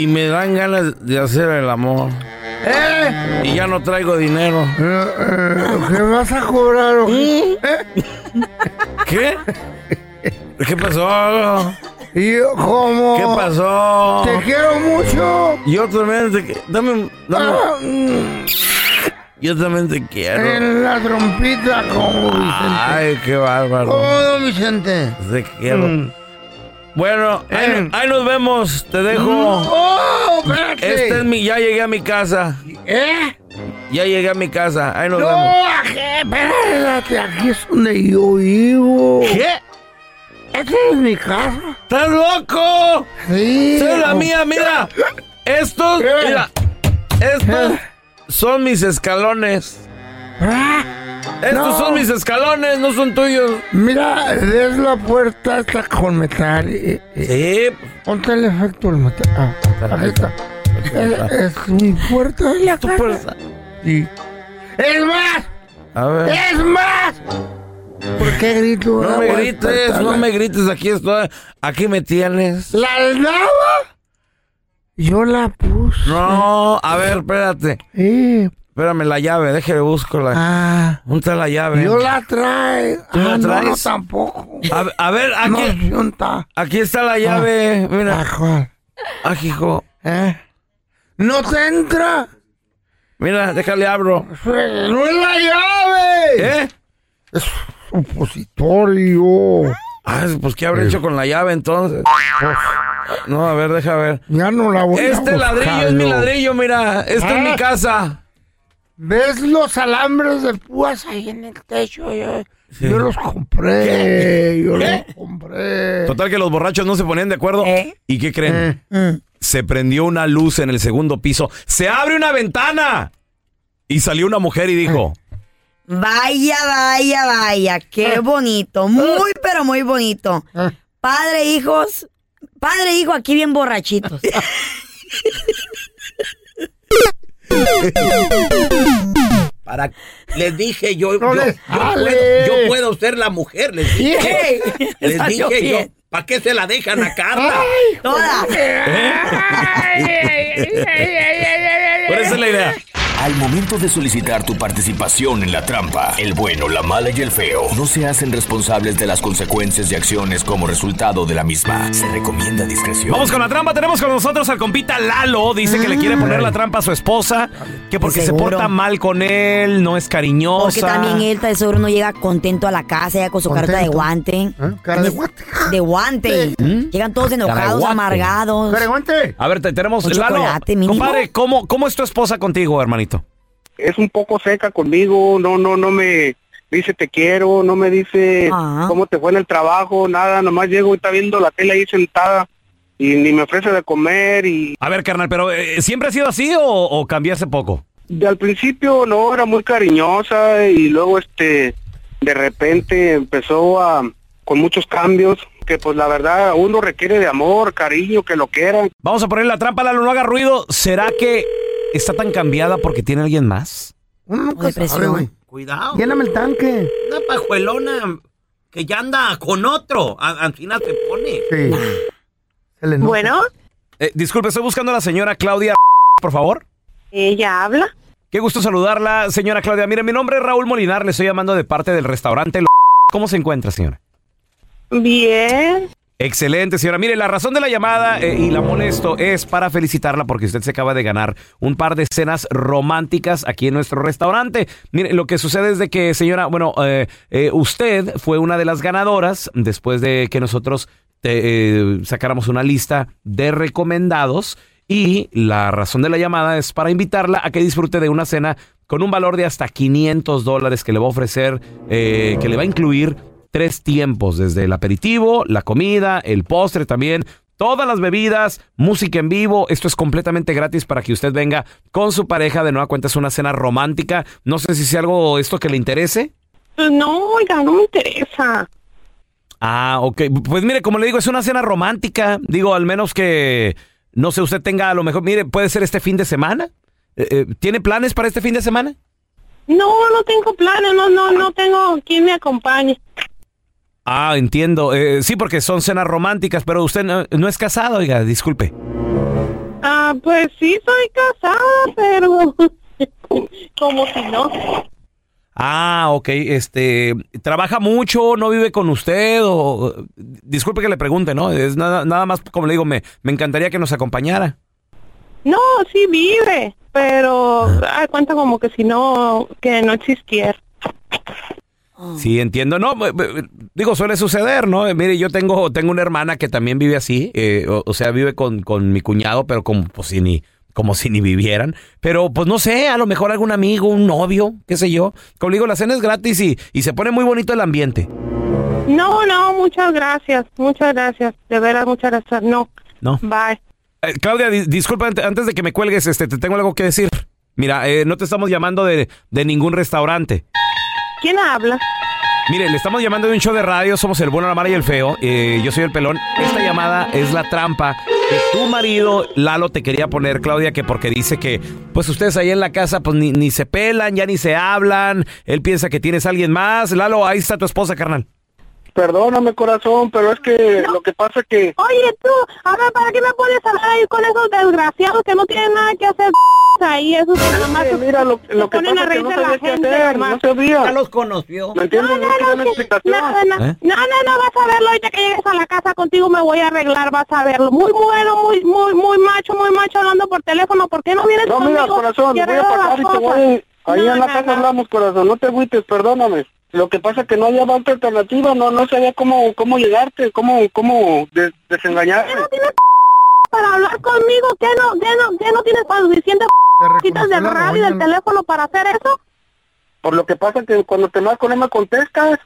[SPEAKER 10] y me dan ganas de hacer el amor.
[SPEAKER 4] ¿Eh?
[SPEAKER 10] Y ya no traigo dinero.
[SPEAKER 4] ¿Qué vas a cobrar? o qué? ¿Eh?
[SPEAKER 10] ¿Qué? ¿Qué pasó?
[SPEAKER 4] ¿Y yo cómo?
[SPEAKER 10] ¿Qué pasó?
[SPEAKER 4] Te quiero mucho.
[SPEAKER 10] Yo también te qui- dame, un- dame-
[SPEAKER 4] Ah, mm,
[SPEAKER 10] Yo también te quiero.
[SPEAKER 4] En la trompita, como Vicente.
[SPEAKER 10] Ay, qué bárbaro.
[SPEAKER 4] Oh, don Vicente.
[SPEAKER 10] Te quiero.
[SPEAKER 4] Mm.
[SPEAKER 10] Bueno, ahí,
[SPEAKER 4] Eh.
[SPEAKER 10] ahí nos vemos. Te dejo.
[SPEAKER 4] ¡Oh, espérate!
[SPEAKER 10] Este es mi. Ya llegué a mi casa.
[SPEAKER 4] ¿Eh?
[SPEAKER 10] Ya llegué a mi casa. Ahí nos
[SPEAKER 4] No,
[SPEAKER 10] vemos.
[SPEAKER 4] aquí, espérate, aquí es donde yo vivo.
[SPEAKER 10] ¿Qué?
[SPEAKER 4] Esta es mi casa.
[SPEAKER 10] ¡Estás loco!
[SPEAKER 4] Sí.
[SPEAKER 10] ¡Esa es la
[SPEAKER 4] Oh.
[SPEAKER 10] mía, mira! Estos.
[SPEAKER 4] Eh.
[SPEAKER 10] Mira. Estos son mis escalones.
[SPEAKER 4] Ah,
[SPEAKER 10] Estos
[SPEAKER 4] No.
[SPEAKER 10] son mis escalones, no son tuyos.
[SPEAKER 4] Mira, es la puerta esta con metal. eh, eh,
[SPEAKER 10] Sí.
[SPEAKER 4] Ponte el efecto del metal. Ah, aquí está. Es, es mi puerta de la
[SPEAKER 10] Tu
[SPEAKER 4] casa.
[SPEAKER 10] puerta.
[SPEAKER 4] Sí. ¡Es más!
[SPEAKER 10] A ver.
[SPEAKER 4] ¡Es más! ¿Por qué grito?
[SPEAKER 10] Ah. No me grites, no me grites, aquí estoy, aquí me tienes.
[SPEAKER 4] ¿La lava? Yo la puse.
[SPEAKER 10] No, a ver, espérate,
[SPEAKER 4] Eh,
[SPEAKER 10] espérame la llave, déjale busco la.
[SPEAKER 4] ah,
[SPEAKER 10] ¿Dónde está la llave?
[SPEAKER 4] yo la trae.
[SPEAKER 10] ¿Tú la
[SPEAKER 4] Ah, no, no,
[SPEAKER 10] traes?
[SPEAKER 4] tampoco.
[SPEAKER 10] A, ver- a ver,
[SPEAKER 4] No,
[SPEAKER 10] aquí,
[SPEAKER 4] yo no ta-
[SPEAKER 10] aquí está la llave,
[SPEAKER 4] Ah,
[SPEAKER 10] mira,
[SPEAKER 4] Juan,
[SPEAKER 10] aquí, hijo.
[SPEAKER 4] ¿eh? ¿No te entra?
[SPEAKER 10] Mira, déjale abro.
[SPEAKER 4] ¡No es la llave!
[SPEAKER 10] ¿Eh?
[SPEAKER 4] Supositorio.
[SPEAKER 10] Ah, pues qué habré hecho con la llave entonces. No, a ver, deja ver.
[SPEAKER 4] Ya no la voy a
[SPEAKER 10] Este ladrillo es mi
[SPEAKER 4] buscarlo.
[SPEAKER 10] ladrillo, mira, esta es
[SPEAKER 4] Ah.
[SPEAKER 10] mi casa.
[SPEAKER 4] ¿Ves los alambres de púas ahí en el techo? Yo, yo los compré.
[SPEAKER 10] ¿Eh?
[SPEAKER 4] Yo los compré.
[SPEAKER 2] Total que los borrachos no se ponían de acuerdo. ¿Y qué creen?
[SPEAKER 4] Eh, eh.
[SPEAKER 2] Se prendió una luz en el segundo piso. ¡Se abre una ventana! Y salió una mujer y dijo...
[SPEAKER 3] Vaya, vaya, vaya,
[SPEAKER 4] Ah.
[SPEAKER 3] qué bonito, muy pero muy bonito. Padre, hijos, padre, hijo, aquí bien borrachitos.
[SPEAKER 11] Para... Les dije, yo, yo, yo,
[SPEAKER 4] ¡Dale!
[SPEAKER 11] puedo, yo puedo ser la mujer, les dije.
[SPEAKER 4] Bien.
[SPEAKER 11] Les
[SPEAKER 4] Salió
[SPEAKER 11] dije yo.
[SPEAKER 4] bien.
[SPEAKER 11] ¿Para qué se la dejan a Carla?
[SPEAKER 3] Toda.
[SPEAKER 12] Pero esa es la idea. Al momento de solicitar tu participación en la trampa, el bueno, la mala y el feo no se hacen responsables de las consecuencias y acciones como resultado de la misma. Se recomienda discreción.
[SPEAKER 2] Vamos con la trampa. Tenemos con nosotros al compita Lalo. Dice que le quiere poner la trampa a su esposa. Que porque se
[SPEAKER 3] Seguro.
[SPEAKER 2] porta mal con él, no es cariñosa.
[SPEAKER 3] Porque también él de seguro no llega contento a la casa, ya con su carta de guante.
[SPEAKER 4] ¿Eh?
[SPEAKER 2] de
[SPEAKER 3] Es- De guante. Llegan
[SPEAKER 4] Ah,
[SPEAKER 3] todos enojados,
[SPEAKER 2] guante.
[SPEAKER 3] amargados.
[SPEAKER 4] de guante?
[SPEAKER 2] A ver, te tenemos.
[SPEAKER 3] Un
[SPEAKER 2] Lalo,
[SPEAKER 3] chocolate mínimo.
[SPEAKER 2] compadre, ¿cómo, ¿cómo es tu esposa contigo, hermanito?
[SPEAKER 13] es un poco seca conmigo, no, no, no me dice te quiero, no me dice
[SPEAKER 4] Ah.
[SPEAKER 13] cómo te fue en el trabajo, nada, nomás llego y está viendo la tele ahí sentada y ni me ofrece de comer y
[SPEAKER 2] A ver, carnal, pero eh, ¿siempre ha sido así o, o cambiarse poco?
[SPEAKER 13] de al principio no era muy cariñosa y luego este de repente empezó a con muchos cambios que pues la verdad uno requiere de amor, cariño, que lo quieran.
[SPEAKER 2] Vamos a poner la trampa, Lalo, no haga ruido. ¿Será que está tan cambiada porque tiene alguien más?
[SPEAKER 10] Pues,
[SPEAKER 4] Uno nunca sabe,
[SPEAKER 2] Depresión.
[SPEAKER 4] güey.
[SPEAKER 11] Cuidado.
[SPEAKER 4] Lléname el tanque.
[SPEAKER 11] Una pajuelona que ya anda con otro. A- Ancina te pone.
[SPEAKER 14] Bueno,
[SPEAKER 2] Eh, disculpe, estoy buscando a la señora Claudia, por favor.
[SPEAKER 14] ella habla.
[SPEAKER 2] Qué gusto saludarla, señora Claudia. Mire, mi nombre es Raúl Molinar, le estoy llamando de parte del restaurante. Lo- ¿Cómo se encuentra, señora?
[SPEAKER 14] Bien.
[SPEAKER 2] Excelente, señora. Mire, la razón de la llamada eh, y la molesto es para felicitarla porque usted se acaba de ganar un par de cenas románticas aquí en nuestro restaurante. Mire, lo que sucede es de que, señora, bueno, eh, eh, usted fue una de las ganadoras después de que nosotros te, eh, sacáramos una lista de recomendados y la razón de la llamada es para invitarla a que disfrute de una cena con un valor de hasta 500 dólares que le va a ofrecer, eh, que le va a incluir tres tiempos, desde el aperitivo, la comida, el postre también, todas las bebidas, música en vivo, esto es completamente gratis para que usted venga con su pareja, de nueva cuenta es una cena romántica, no sé si es algo esto que le interese.
[SPEAKER 14] Pues No, oiga, no me interesa.
[SPEAKER 2] Ah, ok, pues mire, como le digo, es una cena romántica, digo, al menos que, no sé, usted tenga a lo mejor, mire, puede ser este fin de semana, Eh, eh, ¿tiene planes para este fin de semana?
[SPEAKER 14] No, no tengo planes, no, no, no tengo quien me acompañe.
[SPEAKER 2] Ah, entiendo, Eh, sí, porque son cenas románticas, pero usted no, no es casado, oiga, disculpe.
[SPEAKER 14] Ah, pues sí, soy casada, pero como si no.
[SPEAKER 2] Ah, ok. Este, ¿trabaja mucho? ¿No vive con usted? O, disculpe que le pregunte, ¿no? Es nada, nada más, como le digo, me, me encantaría que nos acompañara.
[SPEAKER 14] No, sí vive, pero ay, cuenta como que si no, que no existiera.
[SPEAKER 2] Sí, entiendo. No, b- b- digo, suele suceder, ¿no? Eh, Mire, yo tengo, tengo una hermana que también vive así. eh, o, o sea, vive con, con mi cuñado, pero como pues, si ni como si ni vivieran, pero pues no sé, a lo mejor algún amigo, un novio, qué sé yo. Como le digo, la cena es gratis y, y se pone muy bonito el ambiente.
[SPEAKER 14] No, no, muchas gracias, muchas gracias, de veras, muchas gracias. No,
[SPEAKER 2] No.
[SPEAKER 14] bye.
[SPEAKER 2] Eh, Claudia, di- disculpa, ante- antes de que me cuelgues, este, te tengo algo que decir. Mira, eh, no te estamos llamando de, de ningún restaurante.
[SPEAKER 14] ¿Quién habla?
[SPEAKER 2] Mire, le estamos llamando de un show de radio, somos el bueno, la mala y el feo. Eh, yo soy el pelón. Esta llamada es la trampa que tu marido, Lalo, te quería poner, Claudia, que porque dice que, pues ustedes ahí en la casa, pues ni, ni se pelan, ya ni se hablan. Él piensa que tienes a alguien más. Lalo, ahí está tu esposa, carnal.
[SPEAKER 13] Perdóname corazón, pero es que lo que pasa que
[SPEAKER 14] Oye, tú, ahora para qué me pones a hablar ahí con esos desgraciados que no tienen nada que hacer ahí, esos que nomás
[SPEAKER 13] mira, lo,
[SPEAKER 14] lo
[SPEAKER 13] que pasa que no sabía qué hacer, no sabía.
[SPEAKER 11] Ya los conoció.
[SPEAKER 13] ¿Me entiendes? No, quiero una explicación.
[SPEAKER 14] No, no,
[SPEAKER 13] ¿Eh?
[SPEAKER 14] no, no, no, vas a verlo ahorita que llegues a la casa contigo me voy a arreglar, vas a verlo. Muy bueno, muy, muy, muy macho, muy macho hablando por teléfono. ¿Por qué no vienes
[SPEAKER 13] No,
[SPEAKER 14] conmigo?
[SPEAKER 13] mira, corazón, voy
[SPEAKER 14] y
[SPEAKER 13] a
[SPEAKER 14] arreglas
[SPEAKER 13] pasar y
[SPEAKER 14] las
[SPEAKER 13] te
[SPEAKER 14] cosas?
[SPEAKER 13] voy. Ahí
[SPEAKER 14] No,
[SPEAKER 13] en la
[SPEAKER 14] no,
[SPEAKER 13] casa
[SPEAKER 14] no.
[SPEAKER 13] hablamos, corazón, no te agüites, perdóname. Lo que pasa que no había otra alternativa, no no sabía cómo cómo llegarte, cómo cómo de- desengañarte.
[SPEAKER 14] Para hablar conmigo, ¿qué no, qué no, qué no tienes para suficiente citas del radio y del teléfono para hacer eso?
[SPEAKER 13] Por lo que pasa que cuando te marco no me contestas.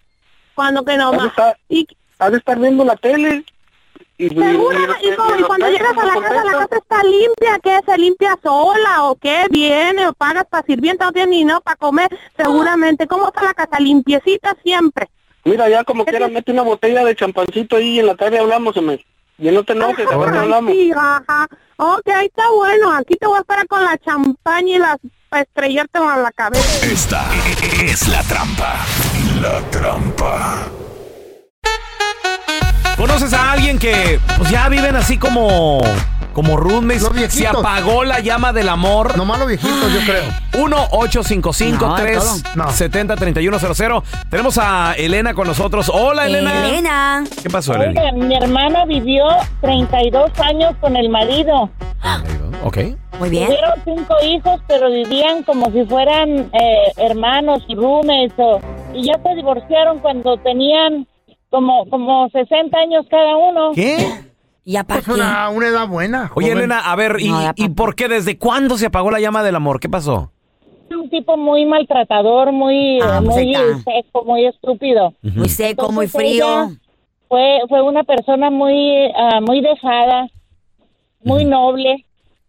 [SPEAKER 14] Cuando que no
[SPEAKER 13] más. Has de estar viendo la tele. Y, y- y-
[SPEAKER 14] Segura,
[SPEAKER 13] y-
[SPEAKER 14] y, como-
[SPEAKER 13] y
[SPEAKER 14] y cuando
[SPEAKER 13] los
[SPEAKER 14] llegas a la
[SPEAKER 13] textos no
[SPEAKER 14] casa, la
[SPEAKER 13] contestas.
[SPEAKER 14] casa está limpia, que se limpia sola, o qué viene, o pagas para sirvienta, no tienes ni nada para comer, seguramente. ¿Cómo está la casa? Limpiecita siempre.
[SPEAKER 13] Mira, ya como quieras, mete una botella de champancito ahí y en la tarde hablamos, hombre. Y no te enojes,
[SPEAKER 14] Ajá,
[SPEAKER 13] ahora hablamos.
[SPEAKER 14] sí, ajá. Ok, está bueno. Aquí te voy a esperar con la champaña y las para estrellarte en la cabeza.
[SPEAKER 9] Esta es la trampa. La trampa.
[SPEAKER 2] ¿Conoces a alguien que pues, ya viven así como como roommates? Se
[SPEAKER 4] viejitos.
[SPEAKER 2] apagó la llama del amor. Nomás
[SPEAKER 4] los viejitos, yo creo.
[SPEAKER 2] 1 855
[SPEAKER 4] No,
[SPEAKER 2] 370 3100 Tenemos a Elena con nosotros. Hola, Elena.
[SPEAKER 3] Elena.
[SPEAKER 2] ¿Qué pasó, Elena?
[SPEAKER 7] Oiga, mi hermana vivió 32 años con el marido.
[SPEAKER 2] Ok.
[SPEAKER 3] Muy
[SPEAKER 7] Tuvieron cinco hijos, pero vivían como si fueran eh, hermanos y roommates. o- y ya se divorciaron cuando tenían como, como 60 años cada uno.
[SPEAKER 2] ¿Qué?
[SPEAKER 3] Ya
[SPEAKER 4] Es Pues una, una edad buena.
[SPEAKER 2] Oye,
[SPEAKER 4] joven.
[SPEAKER 2] Elena, a ver, ¿y, y por qué? ¿Desde cuándo se apagó la llama del amor? ¿Qué pasó?
[SPEAKER 7] Un tipo muy maltratador, muy, eh,
[SPEAKER 2] pues ahí
[SPEAKER 7] muy
[SPEAKER 2] está.
[SPEAKER 7] seco, muy estúpido.
[SPEAKER 3] Muy seco,
[SPEAKER 7] Entonces
[SPEAKER 3] muy frío.
[SPEAKER 7] ella Fue, fue una persona muy, ah, muy dejada, muy noble.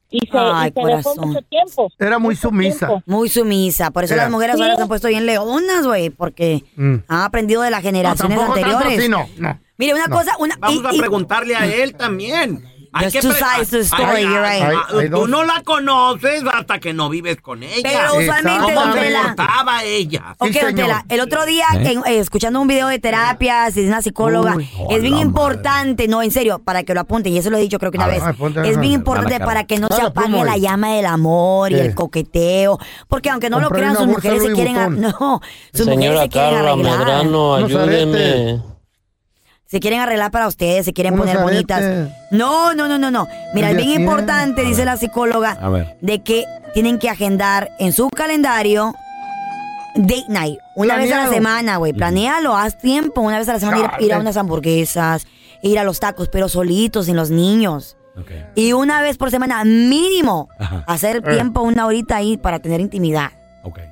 [SPEAKER 7] Y se, y
[SPEAKER 3] Ay,
[SPEAKER 7] se dejó
[SPEAKER 3] corazón.
[SPEAKER 7] mucho tiempo.
[SPEAKER 4] Era muy sumisa.
[SPEAKER 3] Muy sumisa. Por eso
[SPEAKER 4] Era.
[SPEAKER 3] las mujeres ahora se han puesto bien leonas, güey, porque
[SPEAKER 4] Mm.
[SPEAKER 3] han aprendido de las generaciones
[SPEAKER 4] Tampoco tanto
[SPEAKER 3] anteriores.
[SPEAKER 4] así, no, no.
[SPEAKER 3] Mire, una
[SPEAKER 4] No.
[SPEAKER 3] cosa, una.
[SPEAKER 10] Vamos a preguntarle a él también. Hay
[SPEAKER 3] There's two
[SPEAKER 10] pre-
[SPEAKER 3] sides to the story,
[SPEAKER 10] Ay,
[SPEAKER 3] you're right.
[SPEAKER 10] ah,
[SPEAKER 3] Hay- hay
[SPEAKER 10] Tú
[SPEAKER 3] dos.
[SPEAKER 10] no la conoces hasta que no vives con ella.
[SPEAKER 3] Pero usualmente,
[SPEAKER 10] ¿Cómo
[SPEAKER 3] don
[SPEAKER 10] se
[SPEAKER 3] Tela?
[SPEAKER 10] portaba ella?
[SPEAKER 3] Ok, don Tela, el otro día,
[SPEAKER 10] ¿Eh?
[SPEAKER 3] en- eh, escuchando un video de terapias de una psicóloga,
[SPEAKER 10] Uy,
[SPEAKER 3] es bien importante, no, en serio, para que lo apunten, y eso lo he dicho creo que una
[SPEAKER 4] A
[SPEAKER 3] vez,
[SPEAKER 4] ver, ponte
[SPEAKER 3] es
[SPEAKER 4] una-
[SPEAKER 3] bien
[SPEAKER 4] a
[SPEAKER 3] importante
[SPEAKER 4] la
[SPEAKER 3] para
[SPEAKER 4] cara.
[SPEAKER 3] que no
[SPEAKER 4] Ah,
[SPEAKER 3] se
[SPEAKER 4] la
[SPEAKER 3] apague
[SPEAKER 4] pluma
[SPEAKER 3] la
[SPEAKER 4] ahí.
[SPEAKER 3] llama del amor y
[SPEAKER 4] Sí.
[SPEAKER 3] el coqueteo, porque aunque no lo
[SPEAKER 4] Compré
[SPEAKER 3] crean,
[SPEAKER 4] una
[SPEAKER 3] sus
[SPEAKER 4] bolsa
[SPEAKER 3] mujeres se
[SPEAKER 4] Louis
[SPEAKER 3] quieren, a-
[SPEAKER 4] Vuitton.
[SPEAKER 3] no, sus mujeres
[SPEAKER 15] Señora
[SPEAKER 3] se quieren
[SPEAKER 15] Carla
[SPEAKER 3] arreglar,
[SPEAKER 15] Medrano,
[SPEAKER 4] Unos aretes.
[SPEAKER 15] ayúdeme.
[SPEAKER 3] se quieren arreglar para ustedes, se quieren
[SPEAKER 4] Unos
[SPEAKER 3] poner bonitas.
[SPEAKER 4] aretes.
[SPEAKER 3] No, no, no, no, no. Mira, es
[SPEAKER 4] Ya
[SPEAKER 3] bien
[SPEAKER 4] tiene.
[SPEAKER 3] importante,
[SPEAKER 4] A
[SPEAKER 3] dice
[SPEAKER 4] ver.
[SPEAKER 3] la psicóloga,
[SPEAKER 4] A ver.
[SPEAKER 3] de que tienen que agendar en su calendario date night. Una vez a
[SPEAKER 4] Planealo.
[SPEAKER 3] la semana, güey. Planealo, haz tiempo. Una vez a la semana ir,
[SPEAKER 4] Chale.
[SPEAKER 3] ir a unas hamburguesas, ir a los tacos, pero solitos, sin los niños. Y una vez por semana, mínimo,
[SPEAKER 2] Ajá.
[SPEAKER 3] hacer
[SPEAKER 2] Eh.
[SPEAKER 3] tiempo, una horita ahí para tener intimidad.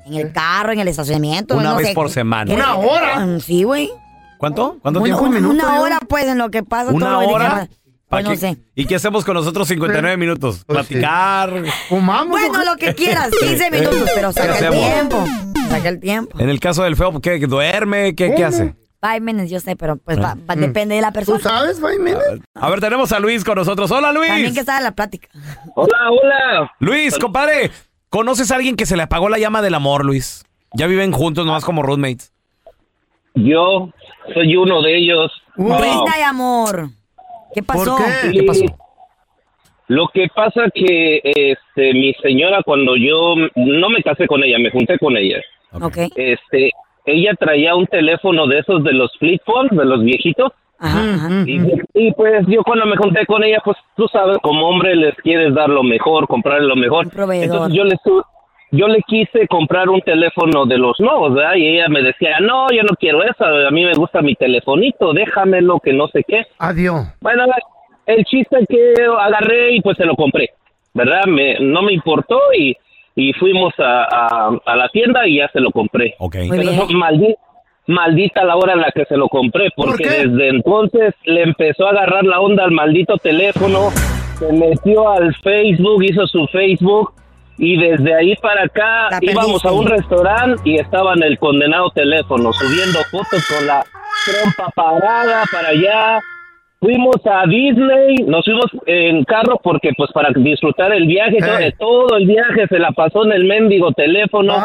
[SPEAKER 3] En el carro, en el estacionamiento.
[SPEAKER 2] Una
[SPEAKER 3] no
[SPEAKER 2] vez
[SPEAKER 3] sé.
[SPEAKER 2] por semana.
[SPEAKER 3] ¿Qué-
[SPEAKER 2] ¿Una hora?
[SPEAKER 3] Mm, Sí, güey.
[SPEAKER 2] ¿Cuánto? ¿Cuánto
[SPEAKER 3] Una,
[SPEAKER 2] tiempo?
[SPEAKER 3] una hora, pues, en lo que pasa.
[SPEAKER 2] ¿Una
[SPEAKER 3] todo lo que-
[SPEAKER 2] hora?
[SPEAKER 3] Pues
[SPEAKER 2] ¿Para
[SPEAKER 3] no
[SPEAKER 2] qué-
[SPEAKER 3] sé.
[SPEAKER 2] ¿Y qué hacemos con los otros 59 minutos?
[SPEAKER 4] Pues
[SPEAKER 2] Platicar.
[SPEAKER 3] Bueno, lo que quieras, 15 minutos, pero
[SPEAKER 2] ¿Qué
[SPEAKER 3] saca el
[SPEAKER 2] hacemos?
[SPEAKER 3] tiempo. Saca el tiempo.
[SPEAKER 2] Eh, En el caso del feo, ¿qué? ¿Duerme? ¿Qué, qué hace?
[SPEAKER 3] Five minutes, yo sé, pero pues va- va-
[SPEAKER 2] Mm.
[SPEAKER 3] depende de la persona. ¿Tú
[SPEAKER 4] sabes five minutes?
[SPEAKER 2] A ver, tenemos a Luis con nosotros. Hola, Ah, Luis.
[SPEAKER 3] También que estaba en la plática.
[SPEAKER 2] Hola, hola. Luis, compadre, ¿conoces a alguien que se le apagó la llama del amor, Luis? Ya viven juntos, nomás como roommates.
[SPEAKER 15] Yo soy uno de ellos. Wow.
[SPEAKER 3] Brenda de amor. ¿Qué pasó?
[SPEAKER 15] Sí. Lo que pasa que este, mi señora cuando yo no me casé con ella, me junté con ella.
[SPEAKER 3] Ok.
[SPEAKER 15] Este, ella traía un teléfono de esos de los flip phones, de los viejitos. Y, y, pues yo cuando me junté con ella, pues tú sabes, como hombre les quieres dar lo mejor, comprar lo mejor. Entonces yo le su- yo le quise comprar un teléfono de los nuevos, ¿verdad? Y ella me decía, no, yo no quiero eso, a mí me gusta mi telefonito, déjamelo, que no sé qué.
[SPEAKER 4] Adiós.
[SPEAKER 15] Bueno, la- el chiste es que agarré y pues se lo compré, ¿verdad? Me, no me importó y, y fuimos a, a- a la tienda y ya se lo compré.
[SPEAKER 2] Muy
[SPEAKER 15] Pero
[SPEAKER 2] bien.
[SPEAKER 15] maldi- maldita la hora en la que se lo compré, porque desde entonces le empezó a agarrar la onda al maldito teléfono, se metió al Facebook, hizo su Facebook. Y desde ahí para acá
[SPEAKER 16] La
[SPEAKER 15] íbamos
[SPEAKER 16] perdiste.
[SPEAKER 15] a un restaurante y estaba en el condenado teléfono, subiendo fotos con la trompa parada para allá, Fuimos a Disney, nos fuimos en carro porque pues para disfrutar el viaje, todo, todo el viaje se la pasó en el mendigo teléfono,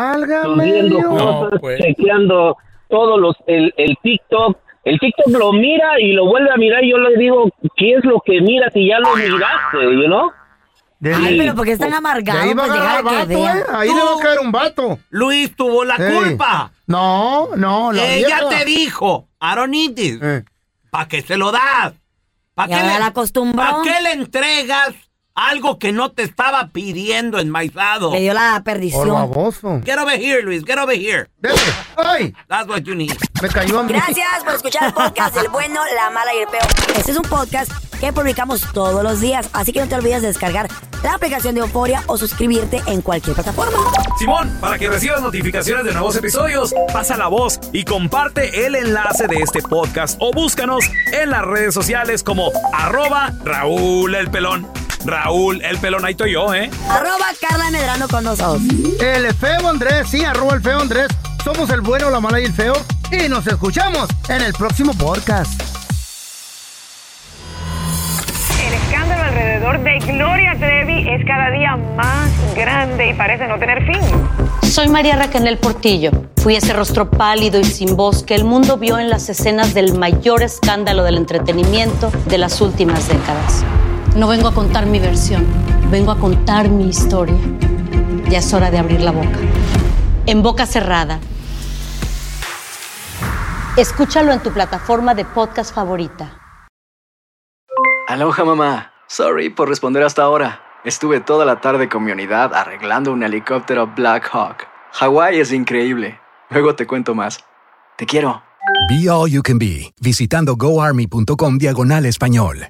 [SPEAKER 15] subiendo
[SPEAKER 16] Dios.
[SPEAKER 15] cosas,
[SPEAKER 16] No, pues.
[SPEAKER 15] chequeando todos los, el, el TikTok. El TikTok lo mira y lo vuelve a mirar y yo le digo, ¿qué es lo que miras si ya lo miraste, you know?
[SPEAKER 3] Ay,
[SPEAKER 15] Y,
[SPEAKER 3] pero porque están
[SPEAKER 15] pues,
[SPEAKER 3] amargados.
[SPEAKER 4] Oh, ahí va a
[SPEAKER 3] pues, dejar
[SPEAKER 4] agarrar vato,
[SPEAKER 3] que vean.
[SPEAKER 4] ¿eh? Ahí le va a caer un vato.
[SPEAKER 10] Luis tuvo la
[SPEAKER 4] Sí.
[SPEAKER 10] culpa.
[SPEAKER 4] No, no, la
[SPEAKER 10] Ella
[SPEAKER 4] vieja.
[SPEAKER 10] te dijo, Aronitis, ¿para qué se lo das? ¿Para
[SPEAKER 3] Ya la
[SPEAKER 10] ¿Para qué le entregas algo que no te estaba pidiendo enmaizado?
[SPEAKER 3] Le dio la perdición.
[SPEAKER 10] Por
[SPEAKER 4] baboso.
[SPEAKER 10] Get over here, Luis, get over here.
[SPEAKER 4] ¡Ay!
[SPEAKER 10] That's what you need.
[SPEAKER 4] Me cayó a mí.
[SPEAKER 3] Gracias por escuchar el podcast El Bueno, La Mala y el Peo. Este es un podcast que publicamos todos los días, así que no te olvides de descargar la aplicación de Euforia o suscribirte en cualquier plataforma.
[SPEAKER 2] Simón, para que recibas notificaciones de nuevos episodios, pasa la voz y comparte el enlace de este podcast o búscanos en las redes sociales como arroba Raúl el Pelón. Raúl el Pelón, ahí estoy yo, ¿eh?
[SPEAKER 3] Arroba Carla Medrano con nosotros.
[SPEAKER 4] El feo Andrés, sí, arroba el feo Andrés. Somos el bueno, la mala y el feo. Y nos escuchamos en el próximo podcast.
[SPEAKER 17] escándalo alrededor de Gloria Trevi es cada día más grande y parece no tener fin.
[SPEAKER 18] Soy María Raquel Portillo. Fui ese rostro pálido y sin voz que el mundo vio en las escenas del mayor escándalo del entretenimiento de las últimas décadas. No vengo a contar mi versión, vengo a contar mi historia. Ya es hora de abrir la boca. En boca cerrada. Escúchalo en tu plataforma de podcast favorita.
[SPEAKER 19] Aloha mamá. Sorry por responder hasta ahora. Estuve toda la tarde con mi unidad arreglando un helicóptero Black Hawk. Hawái es increíble. Luego te cuento más. Te quiero.
[SPEAKER 20] Be All You Can Be, visitando goarmy.com diagonal español.